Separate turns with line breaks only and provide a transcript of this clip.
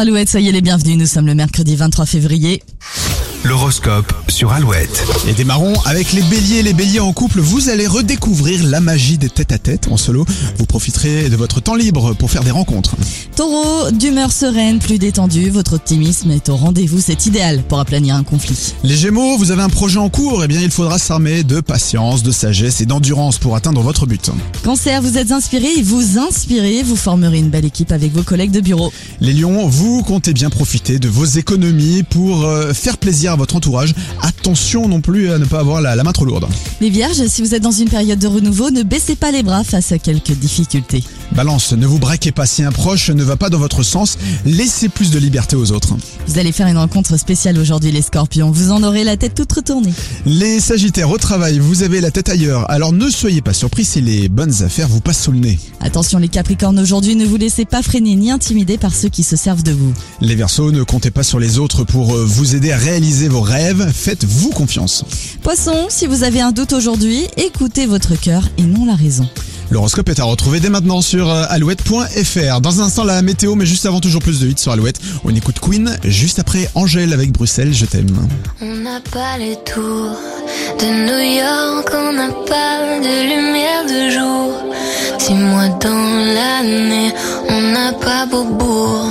Alouette, soyez les bienvenus, nous sommes le mercredi 23 février.
L'horoscope sur Alouette.
Et démarrons avec les béliers. Les béliers en couple, vous allez redécouvrir la magie des tête-à-tête. En solo, vous profiterez de votre temps libre pour faire des rencontres.
Taureau, d'humeur sereine, plus détendue, votre optimisme est au rendez-vous, c'est idéal pour aplanir un conflit.
Les gémeaux, vous avez un projet en cours, eh bien il faudra s'armer de patience, de sagesse et d'endurance pour atteindre votre but.
Cancer, vous êtes inspiré et vous inspirez, vous formerez une belle équipe avec vos collègues de bureau.
Les lions, vous comptez bien profiter de vos économies pour euh, faire plaisir à votre entourage. Attention non plus à ne pas avoir la, la main trop lourde.
Les vierges, si vous êtes dans une période de renouveau, ne baissez pas les bras face à quelques difficultés.
Balance, ne vous braquez pas si un proche ne va pas dans votre sens. Laissez plus de liberté aux autres.
Vous allez faire une rencontre spéciale aujourd'hui les scorpions, vous en aurez la tête toute retournée.
Les sagittaires, au travail, vous avez la tête ailleurs. Alors ne soyez pas surpris si les bonnes affaires vous passent sous le nez.
Attention les capricornes aujourd'hui, ne vous laissez pas freiner ni intimider par ceux qui se servent de vous.
Les Verseaux, ne comptez pas sur les autres pour euh, vous aider à réaliser vos rêves. Faites-vous confiance.
Poisson, si vous avez un doute aujourd'hui, écoutez votre cœur et non la raison.
L'horoscope est à retrouver dès maintenant sur euh, alouette.fr. Dans un instant, la météo, mais juste avant, toujours plus de hits sur Alouette. On écoute Queen, juste après Angèle avec Bruxelles, je t'aime.
On n'a pas les tours de New York, on n'a pas de lumière de jour. Six mois dans l'année, on n'a pas beau bourg.